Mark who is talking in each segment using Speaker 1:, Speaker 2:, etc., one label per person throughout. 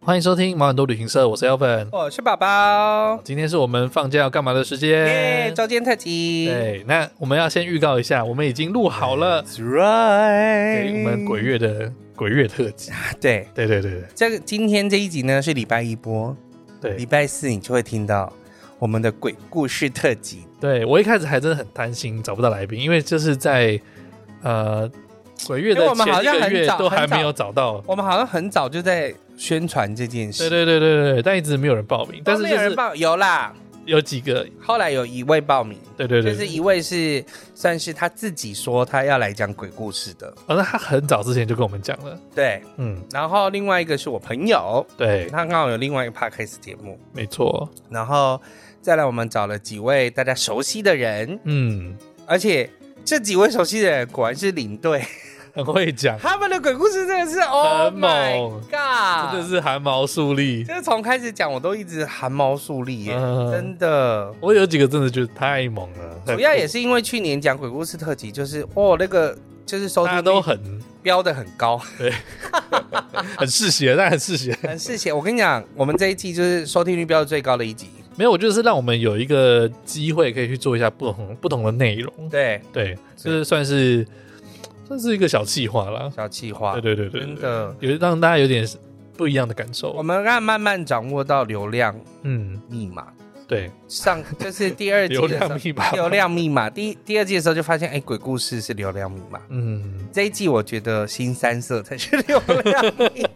Speaker 1: 欢迎收听毛很多旅行社，我是 Elvin。
Speaker 2: 我哦是宝宝，
Speaker 1: 今天是我们放假要干嘛的时
Speaker 2: 耶！
Speaker 1: 间？
Speaker 2: 周间特辑，
Speaker 1: 对，那我们要先预告一下，我们已经录好了
Speaker 2: ，That's right，
Speaker 1: 给我们鬼月的鬼月特 辑。
Speaker 2: 对
Speaker 1: 对对对
Speaker 2: 这个今天这一集呢是礼拜一播，
Speaker 1: 对
Speaker 2: 礼
Speaker 1: 对，
Speaker 2: 拜四你就会听到我们的鬼故事特辑，
Speaker 1: 对我一开始还真的很担心找不到来宾，因为就是在呃鬼月
Speaker 2: 因为
Speaker 1: 的
Speaker 2: 我们
Speaker 1: 前
Speaker 2: 好像
Speaker 1: 一个
Speaker 2: 很
Speaker 1: 月
Speaker 2: 早
Speaker 1: 都还
Speaker 2: 很早
Speaker 1: 没有找到。
Speaker 2: 我们好像很早就在宣传这件
Speaker 1: 对
Speaker 2: 事，
Speaker 1: 对对对对，但一直没有人报名，但是
Speaker 2: 都哦没
Speaker 1: 就
Speaker 2: 有人
Speaker 1: 是
Speaker 2: 报有啦，
Speaker 1: 有几个，
Speaker 2: 后来有一位报名，
Speaker 1: 对对
Speaker 2: 就
Speaker 1: 对，
Speaker 2: 是
Speaker 1: 对
Speaker 2: 一位是算是他自己说他要来讲鬼故事的，
Speaker 1: 哦，那他很早之前就跟我们讲了，
Speaker 2: 对，
Speaker 1: 嗯，
Speaker 2: 然后另外一个是我朋友，
Speaker 1: 对，
Speaker 2: 他刚好有另外一个 podcast 节目。
Speaker 1: 没错，
Speaker 2: 然后再来，我们找了几位大家熟悉的人，
Speaker 1: 嗯，
Speaker 2: 而且这几位熟悉的人果然是领队，
Speaker 1: 很会讲，
Speaker 2: 他们的鬼故事真的是 Oh
Speaker 1: 猛
Speaker 2: my God，
Speaker 1: 真的，是汗毛竖立。
Speaker 2: 就是从开始讲我都一直汗毛竖立耶，
Speaker 1: 嗯
Speaker 2: 真的。
Speaker 1: 我有几个真的觉得太猛了，
Speaker 2: 主要也是因为去年讲鬼故事特辑，就是哦那个就是收
Speaker 1: 大家
Speaker 2: 视率
Speaker 1: 都很
Speaker 2: 标的很 高，
Speaker 1: 很嗜血，但很嗜血。
Speaker 2: 很嗜血。我跟你讲，我们这一季就是收听率标的最高的一集，
Speaker 1: 没有，我就是让我们有一个机会可以去做一下不同不同的内容，
Speaker 2: 对，
Speaker 1: 对，就是算是算是一个小计划啦。
Speaker 2: 小气话
Speaker 1: 对，对对对，
Speaker 2: 真的，
Speaker 1: 对有让大家有点不一样的感
Speaker 2: 我
Speaker 1: 受。
Speaker 2: 们让慢慢掌握到流量
Speaker 1: 嗯，
Speaker 2: 密码。
Speaker 1: 对，
Speaker 2: 上就是第二季
Speaker 1: 流
Speaker 2: 的时候
Speaker 1: 量密码，
Speaker 2: 流，量密码，第一第二季的时候就发现，哎，鬼故事是流量密码。
Speaker 1: 嗯，
Speaker 2: 这一季我觉得新三色才是流量密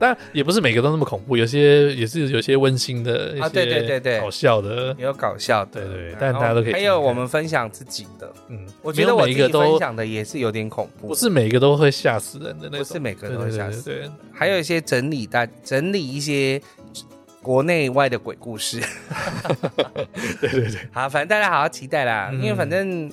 Speaker 1: 但也不是每个都那么恐怖，有些也是有些温馨的，
Speaker 2: 啊对对对对
Speaker 1: 好笑的
Speaker 2: 码，，也有搞笑的，
Speaker 1: 对对但
Speaker 2: 然后
Speaker 1: 大家都可以
Speaker 2: 还
Speaker 1: 听
Speaker 2: 有
Speaker 1: 听看
Speaker 2: 我们分享自己的，
Speaker 1: 嗯，
Speaker 2: 我
Speaker 1: 没
Speaker 2: 觉
Speaker 1: 有
Speaker 2: 得我
Speaker 1: 每一
Speaker 2: 自
Speaker 1: 个
Speaker 2: 己分
Speaker 1: 都
Speaker 2: 享的也是有点恐怖，
Speaker 1: 不是每个都会吓死人的那种，
Speaker 2: 不是每个都会吓死
Speaker 1: 对对对对
Speaker 2: 还有一些整理大整理一些国内外的鬼故事。
Speaker 1: 对对对，
Speaker 2: 好，反正大家好好期待啦，
Speaker 1: 嗯
Speaker 2: 因为反正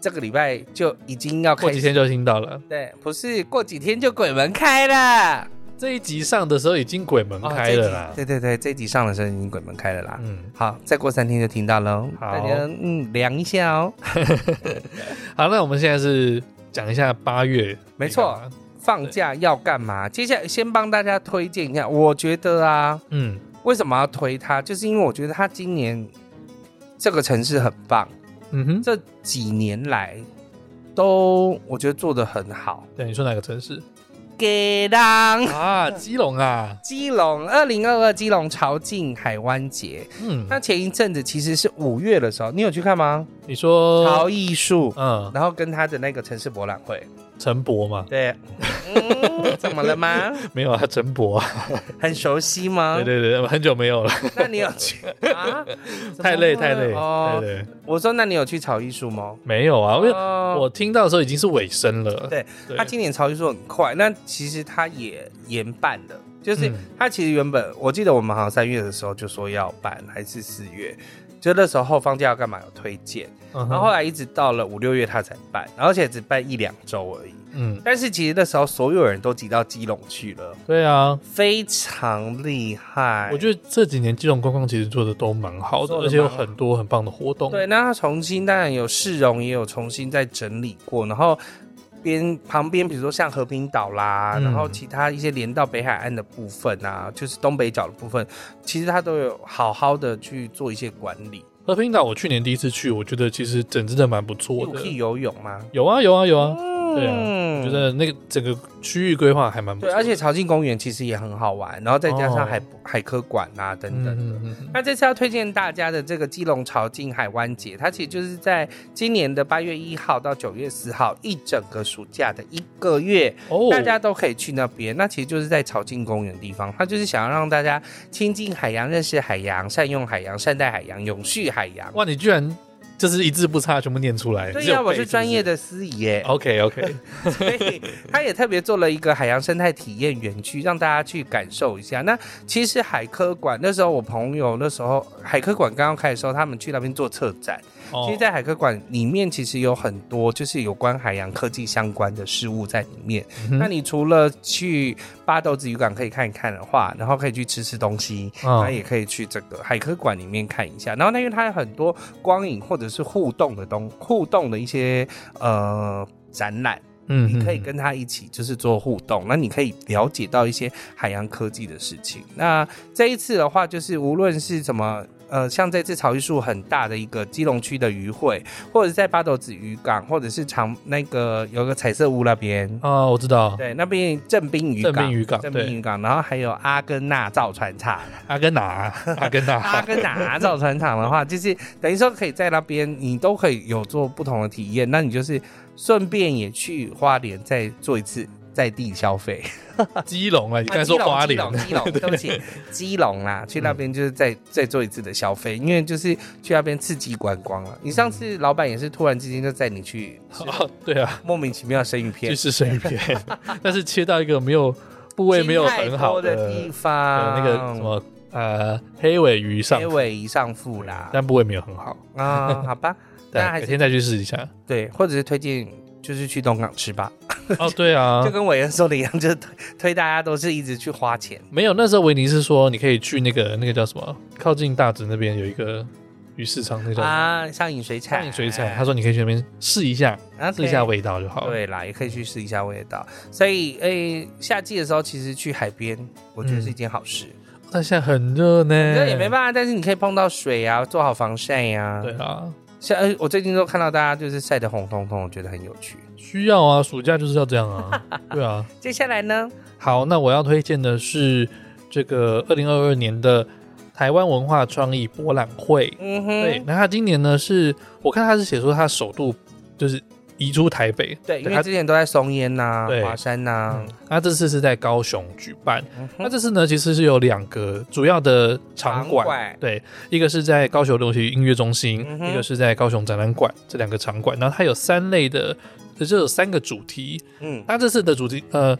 Speaker 2: 这个礼拜就已经要
Speaker 1: 过
Speaker 2: 开
Speaker 1: 几
Speaker 2: 始，
Speaker 1: 天就听到了。
Speaker 2: 对，不是过几天就鬼门开了。
Speaker 1: 这一集上的时候已经鬼门
Speaker 2: 哦
Speaker 1: 开
Speaker 2: 这一
Speaker 1: 了
Speaker 2: 集
Speaker 1: 啦。
Speaker 2: 对对对，这一集上的时候已经鬼门开了啦。
Speaker 1: 嗯，
Speaker 2: 好，再过三天就听到喽。
Speaker 1: 好
Speaker 2: 大家嗯量一下哦。
Speaker 1: 好，那我们现在是讲一下八月，啊
Speaker 2: 没错
Speaker 1: 你干嘛，
Speaker 2: 放假要干嘛？接下来先帮大家推荐一下，我觉得啊，
Speaker 1: 嗯，
Speaker 2: 为什么要推它？就是因为我觉得它今年这个城市很棒，
Speaker 1: 嗯哼，
Speaker 2: 这几年来都我觉得做的很好。
Speaker 1: 对，你说哪个城市
Speaker 2: 给当
Speaker 1: 啊？基隆啊，
Speaker 2: 基隆二零二二基隆潮境海湾节，
Speaker 1: 嗯，
Speaker 2: 那前一阵子其实是五月的时候，你有去看吗？
Speaker 1: 你说
Speaker 2: 潮艺术，
Speaker 1: 嗯，
Speaker 2: 然后跟他的那个城市博览会，
Speaker 1: 陈博嘛？
Speaker 2: 对，嗯，怎么了吗？
Speaker 1: 没有啊，陈博啊，
Speaker 2: 很熟悉吗？
Speaker 1: 对对对，很久没有了，
Speaker 2: 那你有去 啊？
Speaker 1: 太累太累，
Speaker 2: 哦
Speaker 1: 对对，对
Speaker 2: 我说，那你有去草艺术吗？
Speaker 1: 没有啊，因为
Speaker 2: 哦
Speaker 1: 我听到的时候已经是尾声了，
Speaker 2: 对
Speaker 1: 对
Speaker 2: 他今年草艺术很快，那其实他也延办了，就是
Speaker 1: 嗯
Speaker 2: 他其实原本我记得我们好像三月的时候就说要办，还是四月。就那时候放假要干嘛有推荐，
Speaker 1: 嗯哼
Speaker 2: 然后后来一直到了五六月他才办，而且只办一两周而已。
Speaker 1: 嗯，
Speaker 2: 但是其实那时候所有人都挤到基隆去了，
Speaker 1: 对啊，
Speaker 2: 非常厉害。
Speaker 1: 我觉得这几年基隆观光其实做的都蛮好的，
Speaker 2: 哎做得
Speaker 1: 而且有
Speaker 2: 蛮好
Speaker 1: 很多很棒的活动，
Speaker 2: 对，那它重新当然有市容，也有重新再整理过，然后边旁边比如说像和平岛啦，
Speaker 1: 嗯
Speaker 2: 然后其他一些连到北海岸的部分啊，就是东北角的部分，其实它都有好好的去做一些管理。
Speaker 1: 和平岛我去年第一次去，我觉得其实整治的蛮不错
Speaker 2: 我
Speaker 1: 的
Speaker 2: 可。以游泳吗？
Speaker 1: 有啊有啊有啊，对啊，我
Speaker 2: 嗯
Speaker 1: 觉得那个整个区域规划还蛮不错
Speaker 2: 对，
Speaker 1: 的。
Speaker 2: 而且潮境公园其实也很好玩，然后再加上海、
Speaker 1: 哦
Speaker 2: 海科馆啊等等
Speaker 1: 嗯
Speaker 2: 的。
Speaker 1: 嗯嗯嗯，
Speaker 2: 那这次要推荐大家的这个基隆潮境海湾节，它其实就是在今年的八月一号到九月四号一整个暑假的一个月，
Speaker 1: 哦，
Speaker 2: 大家都可以去那边。那其实就是在潮境公园地方，它就是想要让大家亲近海洋、认识海洋、善用海洋、善待海洋、永续海洋。
Speaker 1: 哇，你居然就是一字不差全部念出来。
Speaker 2: 对
Speaker 1: 只有
Speaker 2: 呀、
Speaker 1: 背
Speaker 2: 我是专业。
Speaker 1: 不
Speaker 2: 的司仪 耶，
Speaker 1: OK OK，
Speaker 2: 所以他也特别做了一个海洋生态体验园区，让大家去感受一下。那其实海科馆那时候，我朋友那时候海科馆刚刚开的时候，他们去那边做策展。
Speaker 1: 哦
Speaker 2: 其实，在海科馆里面，其实有很多就是有关海洋科技相关的事物在里面。
Speaker 1: 嗯哼
Speaker 2: 那你除了去八斗子渔港可以看一看的话，然后可以去吃吃东西，
Speaker 1: 嗯
Speaker 2: 然后也可以去这个海科馆里面看一下。然后那因为它有很多光影或者是互动的东互动的一些呃展览。
Speaker 1: 嗯，
Speaker 2: 你可以跟他一起就是做互动，那你可以了解到一些海洋科技的事情。那这一次的话，就是无论是什么。呃，像这次潮艺术很大的一个基隆区的渔会，或者是在八斗子渔港，或者是长那个有个彩色屋那边，
Speaker 1: 啊，我知道，
Speaker 2: 对，那边正滨渔港，
Speaker 1: 正滨渔港
Speaker 2: 正滨
Speaker 1: 对
Speaker 2: 渔港，然后还有阿根纳造船厂，
Speaker 1: 阿根达，阿根
Speaker 2: 阿
Speaker 1: 达，
Speaker 2: 根达造船厂的话，就是等于说可以在那边，你都可以有做不同的体验。那你就是顺便也去花莲再做一次在地消费。
Speaker 1: 基隆啊，你
Speaker 2: 啊
Speaker 1: 刚才说
Speaker 2: 基隆
Speaker 1: 花
Speaker 2: 基
Speaker 1: 莲，
Speaker 2: 隆，基隆，对不起， 基隆啦，去那边就是再再做一次的消费，因为就是去那边刺激观光了。你上次老板也是突然之间就带你去吃
Speaker 1: 哦， 对啊，
Speaker 2: 莫名其妙的生鱼片
Speaker 1: 就，是生鱼片，但是切到一个没有部位没有很好
Speaker 2: 太
Speaker 1: 的
Speaker 2: 多的地
Speaker 1: 的
Speaker 2: 方，
Speaker 1: 那个什么呃黑尾鱼上
Speaker 2: 黑，尾一上腹啦，
Speaker 1: 但部位没有很好，
Speaker 2: 啊，好吧，
Speaker 1: 对
Speaker 2: 那，还
Speaker 1: 改
Speaker 2: 是
Speaker 1: 天再去试一下。
Speaker 2: 对，或者是推荐就是去东港吃吧，
Speaker 1: 哦，对啊
Speaker 2: 就，跟伟恩说的一样，就是推推大家都是一直去花钱。
Speaker 1: 没有，那时候维尼是说你可以去那个那个叫什么，靠近大直那边有一个鱼市场，那叫什么
Speaker 2: 啊，上瘾水产，
Speaker 1: 上瘾水产，他说你可以去那边试一下，
Speaker 2: 啊
Speaker 1: 试一下味道就好了。
Speaker 2: 对啦，也可以去试一下味道。所以，诶、夏季的时候其实去海边，我觉得是一件好事。
Speaker 1: 但现在很热呢，
Speaker 2: 那、也没办法，但是你可以碰到水啊，做好防晒呀、
Speaker 1: 对啊，
Speaker 2: 像、呃我最近都看到大家就是晒得红彤彤，我觉得很有趣。
Speaker 1: 需要啊，暑假就是要这样 啊，对啊。
Speaker 2: 接下来呢，
Speaker 1: 好，那我要推荐的是这个二零二二年的台湾文化创意博览会。
Speaker 2: 嗯
Speaker 1: 对，
Speaker 2: 哼，
Speaker 1: 那他今年呢是，我看他是写说他首度就是移出台北，
Speaker 2: 对，因
Speaker 1: 他
Speaker 2: 为之前都在松烟呐、
Speaker 1: 对
Speaker 2: 华山呐、
Speaker 1: 那这次是在高雄举办。
Speaker 2: 嗯
Speaker 1: 那
Speaker 2: 哼，
Speaker 1: 这次呢，其实是有两个主要的场馆，
Speaker 2: 馆
Speaker 1: 对，一个是在高雄流行音乐中心，
Speaker 2: 嗯哼
Speaker 1: 一个是在高雄展览馆，这两个场馆。然后它有三类的，这有三个主题。
Speaker 2: 嗯
Speaker 1: 它这次的主题，呃，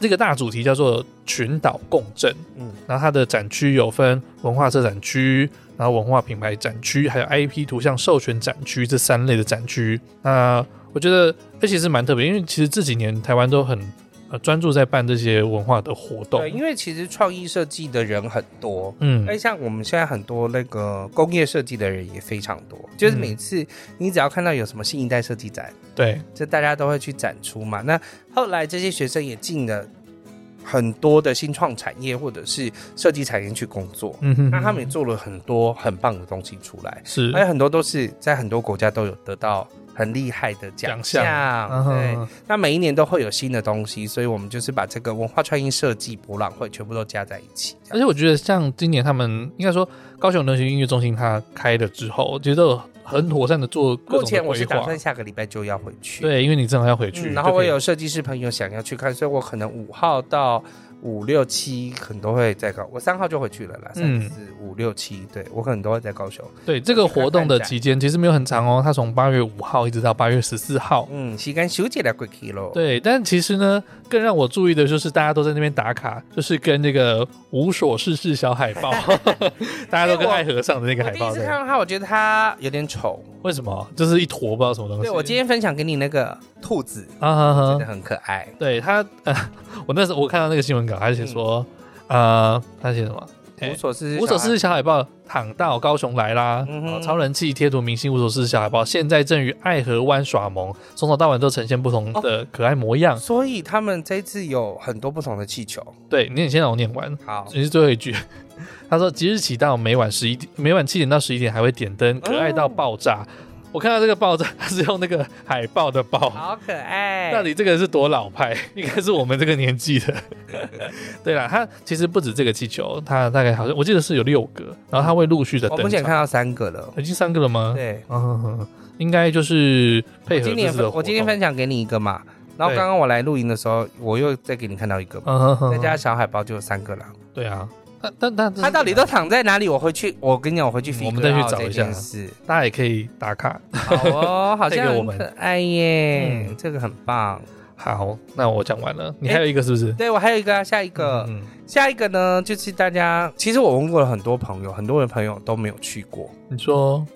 Speaker 1: 这个大主题叫做群岛共振。
Speaker 2: 嗯
Speaker 1: 然后它的展区有分文化策展区，然后文化品牌展区，还有 IP 图像授权展区这三类的展区。那我觉得这其实蛮特别，因为其实这几年台湾都很呃专注在办这些文化的活动
Speaker 2: 对，。因为其实创意设计的人很多，
Speaker 1: 嗯
Speaker 2: 哎，像我们现在很多那个工业设计的人也非常多，就是
Speaker 1: 嗯
Speaker 2: 每次你只要看到有什么新一代设计展，
Speaker 1: 对，
Speaker 2: 这大家都会去展出嘛。那后来这些学生也进了很多的新创产业或者是设计产业去工作，
Speaker 1: 嗯哼，
Speaker 2: 那他们也哎做了很多很棒的东西出来，
Speaker 1: 是
Speaker 2: 还有很多都是在很多国家都有得到很厉害的奖
Speaker 1: 奖
Speaker 2: 项，对。
Speaker 1: 嗯
Speaker 2: 那每一年都会有新的东西，所以我们就是把这个文化创意设计博览会全部都加在一起。这
Speaker 1: 而
Speaker 2: 样
Speaker 1: 且我觉得，像今年他们应该说高雄流行音乐中心它开了之后，其实都有很妥善的做各种
Speaker 2: 目
Speaker 1: 的
Speaker 2: 前我是
Speaker 1: 规
Speaker 2: 打
Speaker 1: 划
Speaker 2: 算。下个礼拜就要回去，
Speaker 1: 对，因为你正好要回去，
Speaker 2: 嗯然后我
Speaker 1: 就可以
Speaker 2: 有设计师朋友想要去看，所以我可能五号到五六七可能都会在高，我三号就回去了啦，三
Speaker 1: 嗯
Speaker 2: 四五六七，对我可能都会在高雄。
Speaker 1: 对这个活动的期间其实没有很长哦，它从八月五号一直到八月十四号。
Speaker 2: 嗯，西干修姐来过去喽。
Speaker 1: 对，但其实呢，更让我注意的就是大家都在那边打卡，就是跟那个无所事事小海 报，大家都跟爱和尚的那个
Speaker 2: 我
Speaker 1: 海
Speaker 2: 第一
Speaker 1: 报
Speaker 2: 次
Speaker 1: 在
Speaker 2: 看到他，我觉得他有点丑。
Speaker 1: 为什么？就是一坨不知道什么东西。
Speaker 2: 对我今天分享给你那个兔子，
Speaker 1: 啊哈哈
Speaker 2: 真的很可爱。
Speaker 1: 对他，呃， 我那时候我看到那个新闻稿，他写说，
Speaker 2: 嗯
Speaker 1: 呃，他写什么？哎
Speaker 2: 无所事事，
Speaker 1: 无所事
Speaker 2: 事。
Speaker 1: 事小海报躺到高雄来啦！
Speaker 2: 嗯哼
Speaker 1: 哦超人气贴图明星无所事事小海报，现在正于爱河湾耍萌，从早到晚都呈现不同
Speaker 2: 哦
Speaker 1: 的可爱模样。
Speaker 2: 所以他们这次有很多不同的气球。
Speaker 1: 对，你先让我念完，
Speaker 2: 好，
Speaker 1: 这是最后一句。 他说即日起到每晚十一点，每晚七点到十一点还会点灯，可爱到爆
Speaker 2: 哦
Speaker 1: 炸。我看到这个爆炸，它是用那个海报的爆。
Speaker 2: 好可爱。
Speaker 1: 到底这个是多老派？ 应该是我们这个年纪的。 对啦，它其实不止这个气球，它大概好像我记得是有六个，然后它会陆续的
Speaker 2: 我
Speaker 1: 登
Speaker 2: 哦目前
Speaker 1: 场。
Speaker 2: 看到三个了。
Speaker 1: 已经三个了吗？
Speaker 2: 对，
Speaker 1: 嗯，应该就是配合这
Speaker 2: 今年
Speaker 1: 次
Speaker 2: 分
Speaker 1: 的活动
Speaker 2: 我今天分享给你一个嘛，然后
Speaker 1: 对
Speaker 2: 刚刚我来录音的时候，我又再给你看到一个嘛，
Speaker 1: 嗯哼哼
Speaker 2: 再加小海豹就有三个了。
Speaker 1: 对啊，但但但
Speaker 2: 它到底都躺在哪里？我回去，我跟你讲，我回去
Speaker 1: 嗯我们再去
Speaker 2: figure out
Speaker 1: 找一
Speaker 2: 这
Speaker 1: 下
Speaker 2: 件事。
Speaker 1: 大家也可以打卡。
Speaker 2: 好哦，好
Speaker 1: 这
Speaker 2: 像
Speaker 1: 个我
Speaker 2: 很
Speaker 1: 们
Speaker 2: 可爱耶，
Speaker 1: 嗯
Speaker 2: 这个很棒。
Speaker 1: 好，那我讲完了，你还有一个是不是？
Speaker 2: 对我还有一个啊，下一个，
Speaker 1: 嗯，
Speaker 2: 下一个呢，就是大家，其实我问过了很多朋友，很多人朋友都没有去过。
Speaker 1: 你说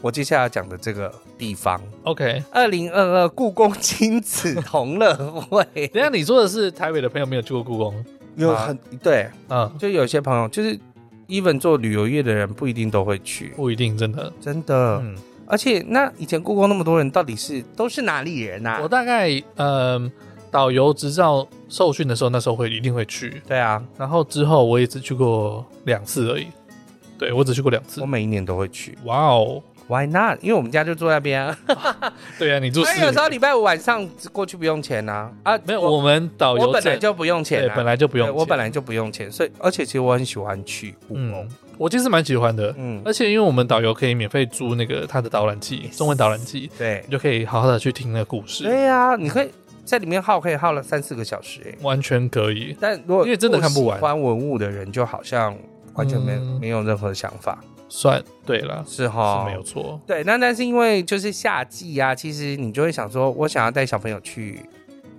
Speaker 2: 我接下来要讲的这个地方，
Speaker 1: OK？，
Speaker 2: 二零二二故宫亲子同乐会
Speaker 1: 等一下你说的是台北的朋友没有去过故宫，
Speaker 2: 有很对，
Speaker 1: 嗯，
Speaker 2: 就有些朋友就是，even 做旅游业的人不一定都会去，
Speaker 1: 不一定真的。
Speaker 2: 真的。
Speaker 1: 嗯，
Speaker 2: 而且那以前故宫那么多人，到底是都是哪里人呐、
Speaker 1: 我
Speaker 2: 啊？
Speaker 1: 大概嗯、导游执照受训的时候，那时候会一定会去，
Speaker 2: 对啊，
Speaker 1: 然后之后我也只去过两次而已。对我只去过两次
Speaker 2: 我。每一年都会去
Speaker 1: 哇哦，
Speaker 2: ，Why not？因为我们家就住那边、啊，
Speaker 1: 对啊，你住
Speaker 2: 所以有
Speaker 1: 四
Speaker 2: 时候礼拜五晚上过去不用钱呐、啊。啊，
Speaker 1: 没有？我们导
Speaker 2: 我
Speaker 1: 游
Speaker 2: 本来
Speaker 1: 证
Speaker 2: 就不用钱、
Speaker 1: 对
Speaker 2: 啊，
Speaker 1: 本来就不用
Speaker 2: 对
Speaker 1: 钱，
Speaker 2: 我本来就不用钱，所以而且其实我很喜欢去故宫
Speaker 1: 嗯，，我其实蛮喜欢的。
Speaker 2: 嗯，
Speaker 1: 而且因为我们导游可以免费租那个他的导览器，中文导览器，
Speaker 2: 对
Speaker 1: 你就可以好好的去听那个故事，
Speaker 2: 对啊，你可以在里面耗可以耗了三四个小时哎、
Speaker 1: 完全可以。
Speaker 2: 但如果
Speaker 1: 因为真的看不完
Speaker 2: 喜欢文物的人，就好像完全没、
Speaker 1: 嗯
Speaker 2: 没有任何想法，
Speaker 1: 算对了，
Speaker 2: 是哈，
Speaker 1: 是没有错。
Speaker 2: 对，那但是因为就是夏季啊，其实你就会想说，我想要带小朋友去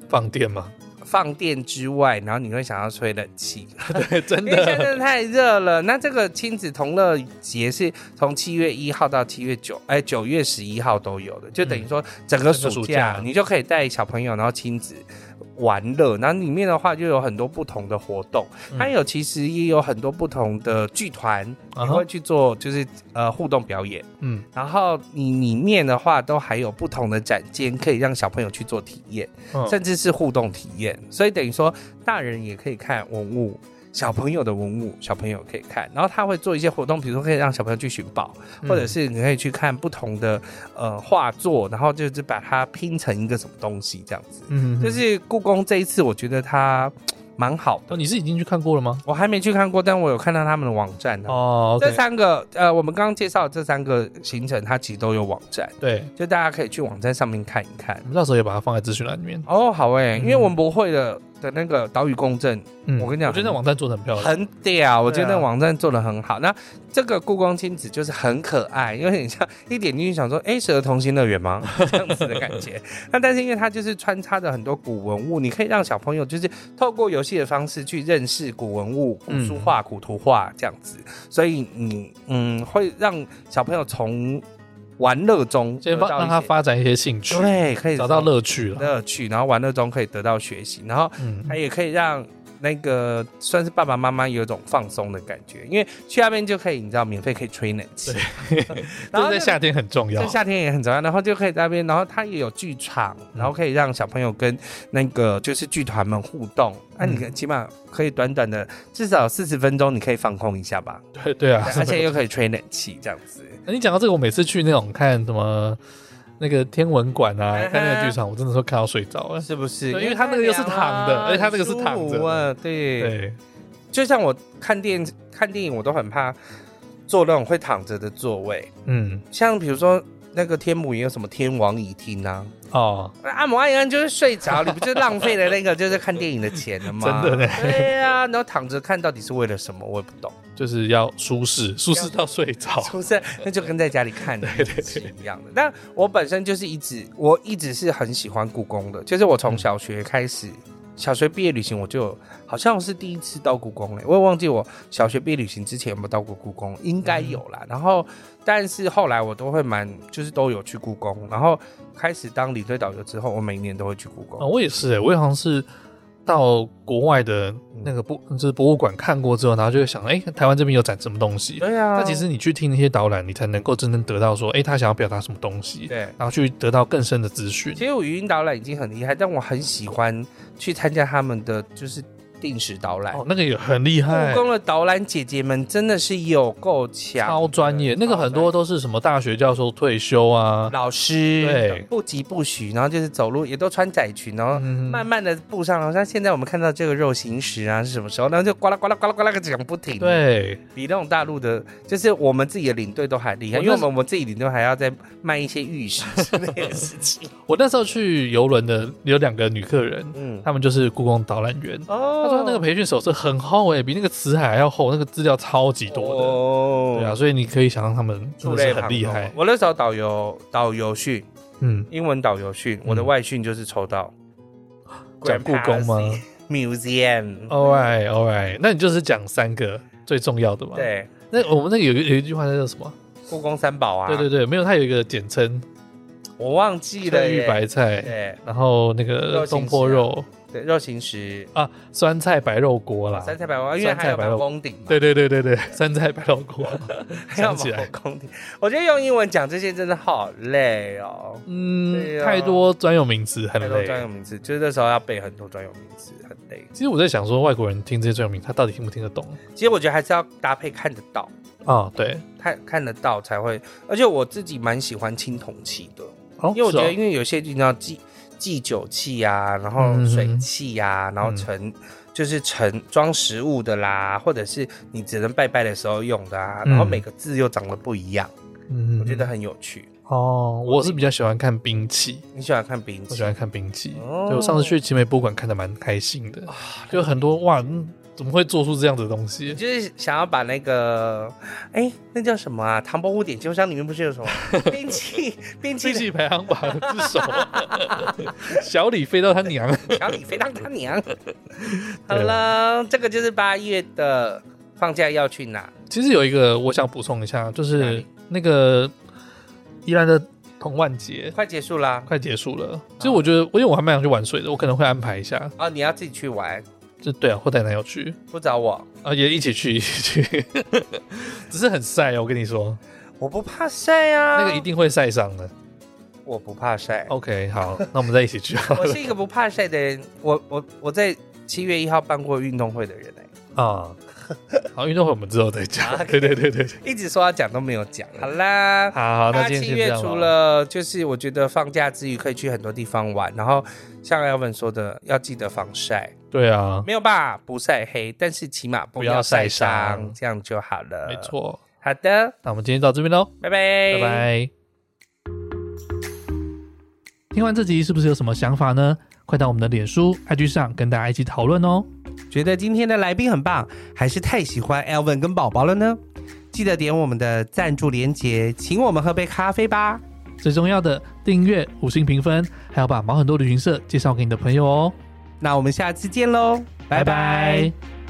Speaker 1: 放电 嘛，
Speaker 2: 放电之外，然后你会想要吹冷气，
Speaker 1: 对，真
Speaker 2: 因为现在
Speaker 1: 的。
Speaker 2: 真的太热了。那这个亲子同乐节是从七月一号到七月九，哎，九月十一号都有的，就等于说整个暑
Speaker 1: 嗯整个暑
Speaker 2: 假
Speaker 1: 假
Speaker 2: 你就可以带小朋友，然后亲子。玩乐，然后里面的话就有很多不同的活动，
Speaker 1: 嗯
Speaker 2: 还有其实也有很多不同的剧团，也
Speaker 1: 啊
Speaker 2: 会
Speaker 1: 哈
Speaker 2: 去做就是呃互动表演。
Speaker 1: 嗯，
Speaker 2: 然后你里面的话，都还有不同的展间，可以让小朋友去做体验，
Speaker 1: 嗯
Speaker 2: 甚至是互动体验。所以等于说，大人也可以看文物，小朋友的文物，小朋友可以看。然后他会做一些活动，比如说可以让小朋友去寻宝，
Speaker 1: 嗯
Speaker 2: 或者是你可以去看不同的呃画作，然后就是把它拼成一个什么东西这样子。
Speaker 1: 嗯，嗯
Speaker 2: 就是故宫这一次，我觉得它蛮好
Speaker 1: 哦
Speaker 2: 的。
Speaker 1: 你是已经去看过了吗？
Speaker 2: 我还没去看过，但我有看到他们的网站啊
Speaker 1: 哦
Speaker 2: 这
Speaker 1: ，OK，
Speaker 2: 三个呃，我们刚刚介绍的这三个行程，它其实都有网站，
Speaker 1: 对，
Speaker 2: 就大家可以去网站上面看一看
Speaker 1: 我。们到时候也把它放在资讯栏里面。
Speaker 2: 哦，好哎、
Speaker 1: 嗯
Speaker 2: 因为文博会的的那个岛屿共振
Speaker 1: 嗯
Speaker 2: 我跟你讲
Speaker 1: 我觉得那网站做的很漂亮，
Speaker 2: 很屌，我觉
Speaker 1: 哦
Speaker 2: 得
Speaker 1: 对啊
Speaker 2: 那网站做的很好。那这个故宫亲子就是很可爱，因为你像一点进去想说，哎，是儿童新乐园吗？ 这样子的感觉。那但是因为它就是穿插着很多古文物，你可以让小朋友就是透过游戏的方式去认识古文物、古书画、古图画这样子，所以你嗯会让小朋友从玩乐中
Speaker 1: 先发
Speaker 2: 得到
Speaker 1: 让
Speaker 2: 一
Speaker 1: 他
Speaker 2: 些
Speaker 1: 发展一些兴趣，
Speaker 2: 对，可以
Speaker 1: 找到乐趣了。
Speaker 2: 乐趣，然后玩乐中可以得到学习，然后
Speaker 1: 嗯，
Speaker 2: 它也可以让那个算是爸爸妈妈有一种放松的感觉，因为去那边就可以，你知道，免费可以吹冷气， 然
Speaker 1: 这
Speaker 2: 后
Speaker 1: 在
Speaker 2: 就
Speaker 1: 夏天很重要
Speaker 2: 这。夏天也很重要，然后就可以在那边，然后它也有剧场，然后可以让小朋友跟那个就是剧团们互动。那、
Speaker 1: 嗯
Speaker 2: 你起码可以短短的至少四十分钟，你可以放空一 下吧，
Speaker 1: 对对啊，
Speaker 2: 而且又可以吹冷气这样子。
Speaker 1: 你讲到这个，我每次去那种看什么那个天文馆
Speaker 2: 哎
Speaker 1: 啊
Speaker 2: 哈，
Speaker 1: 看那个剧场，我真的是看到睡着了。
Speaker 2: 是不是？
Speaker 1: 对因为它那个又是躺的而且它那个是躺着的
Speaker 2: 的，啊对
Speaker 1: 对，
Speaker 2: 就像我看电看电影，我都很怕坐那种会躺着的座位，
Speaker 1: 嗯，
Speaker 2: 像比如说那个天母也有什么天王椅厅啊，
Speaker 1: 哦，
Speaker 2: 那按摩按一按就是睡着，你不就浪费了那个就是看电影的钱了 吗？
Speaker 1: 真的呢
Speaker 2: 对呀、然后躺着看到底是为了什么，我也不懂，
Speaker 1: 就是要舒适，舒适到睡着。
Speaker 2: 是不是？那就跟在 家里看的是一样的。但我本身就是一直，我一直是很喜欢故宫的，就是我从小学开始。小学毕业旅行，我就好像是第一次到故宫欸嘞，我也忘记我小学毕业旅行之前有没有到过故宫，应该有啦。
Speaker 1: 嗯
Speaker 2: 然后，但是后来我都会蛮，就是都有去故宫。然后开始当领队导游之后，我每年都会去故宫。
Speaker 1: 啊，我也是、欸，我也好像是到国外的那个博，就是博物馆看过之后，然后就会想，哎、台湾这边有展什么东西？
Speaker 2: 对啊，
Speaker 1: 那其实你去听那些导览，你才能够真正得到说，哎、他想要表达什么东西，
Speaker 2: 对。
Speaker 1: 然后去得到更深的资讯。
Speaker 2: 其实我语音导览已经很厉害，但我很喜欢去参加他们的就是定时导览。
Speaker 1: 哦，那个也很厉害
Speaker 2: 故，宫的导览姐姐们真的是有够强，
Speaker 1: 超专业。那个很多都是什么大学教授退休啊，
Speaker 2: 老师
Speaker 1: 对
Speaker 2: 不疾不徐，然后就是走路也都穿窄裙，然后
Speaker 1: 嗯，
Speaker 2: 慢慢的步上。然后像现在我们看到这个肉形石啊是什么时候，然后就呱啦呱啦呱啦呱啦个讲不停。，
Speaker 1: 对，
Speaker 2: 比那种大陆的，就是我们自己的领队都还厉害，
Speaker 1: 我
Speaker 2: 因为
Speaker 1: 那
Speaker 2: 我
Speaker 1: 时
Speaker 2: 们我们自己领队还要再卖一些玉石之类的事 情。
Speaker 1: 我那时候去游轮的有两个女客人，
Speaker 2: 嗯，
Speaker 1: 她们就是故宫导览员。
Speaker 2: 哦
Speaker 1: 她说那个培训手册很厚诶、比那个辞海还要厚，那个资料超级多的。
Speaker 2: 哦
Speaker 1: 对啊，所以你可以想象他们真
Speaker 2: 触
Speaker 1: 的
Speaker 2: 类
Speaker 1: 是
Speaker 2: 旁
Speaker 1: 很
Speaker 2: 通
Speaker 1: 厉害。
Speaker 2: 我那时候导游导游训，
Speaker 1: 嗯，
Speaker 2: 英文导游训，我的外训就是 抽到
Speaker 1: 讲故宫吗
Speaker 2: Museum，、
Speaker 1: ？All right, all right，那你就是讲三个最重要的嘛。，
Speaker 2: 对，
Speaker 1: 那我们那个有一有一句话叫什么？
Speaker 2: 故宫三宝啊，
Speaker 1: 对对对，没有，它有一个简称，
Speaker 2: 我忘记了
Speaker 1: 翠玉
Speaker 2: 耶，
Speaker 1: 白菜，
Speaker 2: 对，
Speaker 1: 然后那
Speaker 2: 肉
Speaker 1: 个
Speaker 2: 形
Speaker 1: 东坡肉，
Speaker 2: 对，肉形石。
Speaker 1: 啊，酸菜白肉锅啦，
Speaker 2: 酸菜白肉，因为
Speaker 1: 酸菜
Speaker 2: 还有
Speaker 1: 白肉
Speaker 2: 毛公鼎嘛，
Speaker 1: 对对对对对，酸菜白肉 锅，
Speaker 2: 还
Speaker 1: 想
Speaker 2: 有毛
Speaker 1: 起来，
Speaker 2: 公鼎。我觉得用英文讲这些真的好累哦，对
Speaker 1: 嗯，
Speaker 2: 啊
Speaker 1: 太多专有名词很
Speaker 2: 太多专
Speaker 1: 累。
Speaker 2: 有名词，就是那时候要背很多专有名词，很累。
Speaker 1: 其实我在想说，外国人听这些专有名，他到底听不听得懂
Speaker 2: 其实我觉得还是要搭配看得到，
Speaker 1: 啊？对，
Speaker 2: 看看得到才会。而且我自己蛮喜欢青铜器的，
Speaker 1: 哦，
Speaker 2: 因为我
Speaker 1: 是
Speaker 2: 觉
Speaker 1: 哦
Speaker 2: 得，因为有些你知道祭祭酒器啊，然后
Speaker 1: 嗯
Speaker 2: 水器啊，然后盛、就是盛装食物的啦，或者是你只能拜拜的时候用的啊，然后
Speaker 1: 嗯
Speaker 2: 每个字又长得不一样，
Speaker 1: 嗯
Speaker 2: 我觉得很有趣。
Speaker 1: 哦，我是比较喜欢看兵器，
Speaker 2: 你喜欢看兵
Speaker 1: 我
Speaker 2: 器
Speaker 1: 喜？欢看兵器。
Speaker 2: 哦啊
Speaker 1: 对，我上次去奇美博物馆看的蛮开心的，就很多哇，嗯怎么会做出这样子的东西
Speaker 2: 你？就是想要把那个，哎、那叫什么啊？唐伯虎点秋香里面不 是有什么兵器？兵器
Speaker 1: 兵
Speaker 2: 的
Speaker 1: 器排行榜之首，小李飞到他 娘。
Speaker 2: 小李飞当他 娘。
Speaker 1: 啊
Speaker 2: 好了，这个就是八月的放假要去哪？
Speaker 1: 其实有一个我想补充一下，就
Speaker 2: 哪
Speaker 1: 是
Speaker 2: 里
Speaker 1: 那个宜兰的童万节
Speaker 2: 快结束啦！
Speaker 1: 快结束了，其实我觉得，因为我还蛮想去玩水的，我可能会安排一下，
Speaker 2: 哦，你要自己去玩，
Speaker 1: 就对啊，或带男友去
Speaker 2: 不找我，
Speaker 1: 啊，也一起去，一起去，只是很晒哦，我跟你说，
Speaker 2: 我不怕晒啊。
Speaker 1: 那个一，定会哦晒伤的。
Speaker 2: 我不怕晒。
Speaker 1: OK，好，那我们再一起去好
Speaker 2: 我
Speaker 1: 了
Speaker 2: 是一个不怕晒的人。我我我在七月一号办过运动会的人哎、
Speaker 1: 啊。好，运动会我们之后再讲。
Speaker 2: 啊 OK
Speaker 1: 对对对对，对
Speaker 2: 一直说要讲都没有讲。好啦，
Speaker 1: 好好，那
Speaker 2: 大家
Speaker 1: 今天
Speaker 2: 七
Speaker 1: 先这
Speaker 2: 月
Speaker 1: 样啊
Speaker 2: 除
Speaker 1: 了。
Speaker 2: 了就是我觉得放假之余可以去很多地方玩，然后像 Elvin 说的，要记得防晒，
Speaker 1: 对啊，
Speaker 2: 没有办法不晒黑，但是起码不
Speaker 1: 不要
Speaker 2: 要
Speaker 1: 晒
Speaker 2: 晒伤，
Speaker 1: 伤
Speaker 2: 这样就好了。
Speaker 1: 没，错。
Speaker 2: 好的，
Speaker 1: 那我们今天到这边喽。
Speaker 2: 拜拜，
Speaker 1: 拜。拜。听完这集是不是有什么想法呢？快到我们的脸书、IG 上跟大家一起讨论哦。
Speaker 2: 觉得今天的来宾很棒，还是太喜欢 Elvin 跟宝宝了呢？记得点我们的赞助连结，请我们喝杯咖啡吧。
Speaker 1: 最重要的，订阅、五星评分，还要把毛很多旅行社介绍给你的朋友哦。
Speaker 2: 那我们下次见喽，拜拜
Speaker 1: 拜拜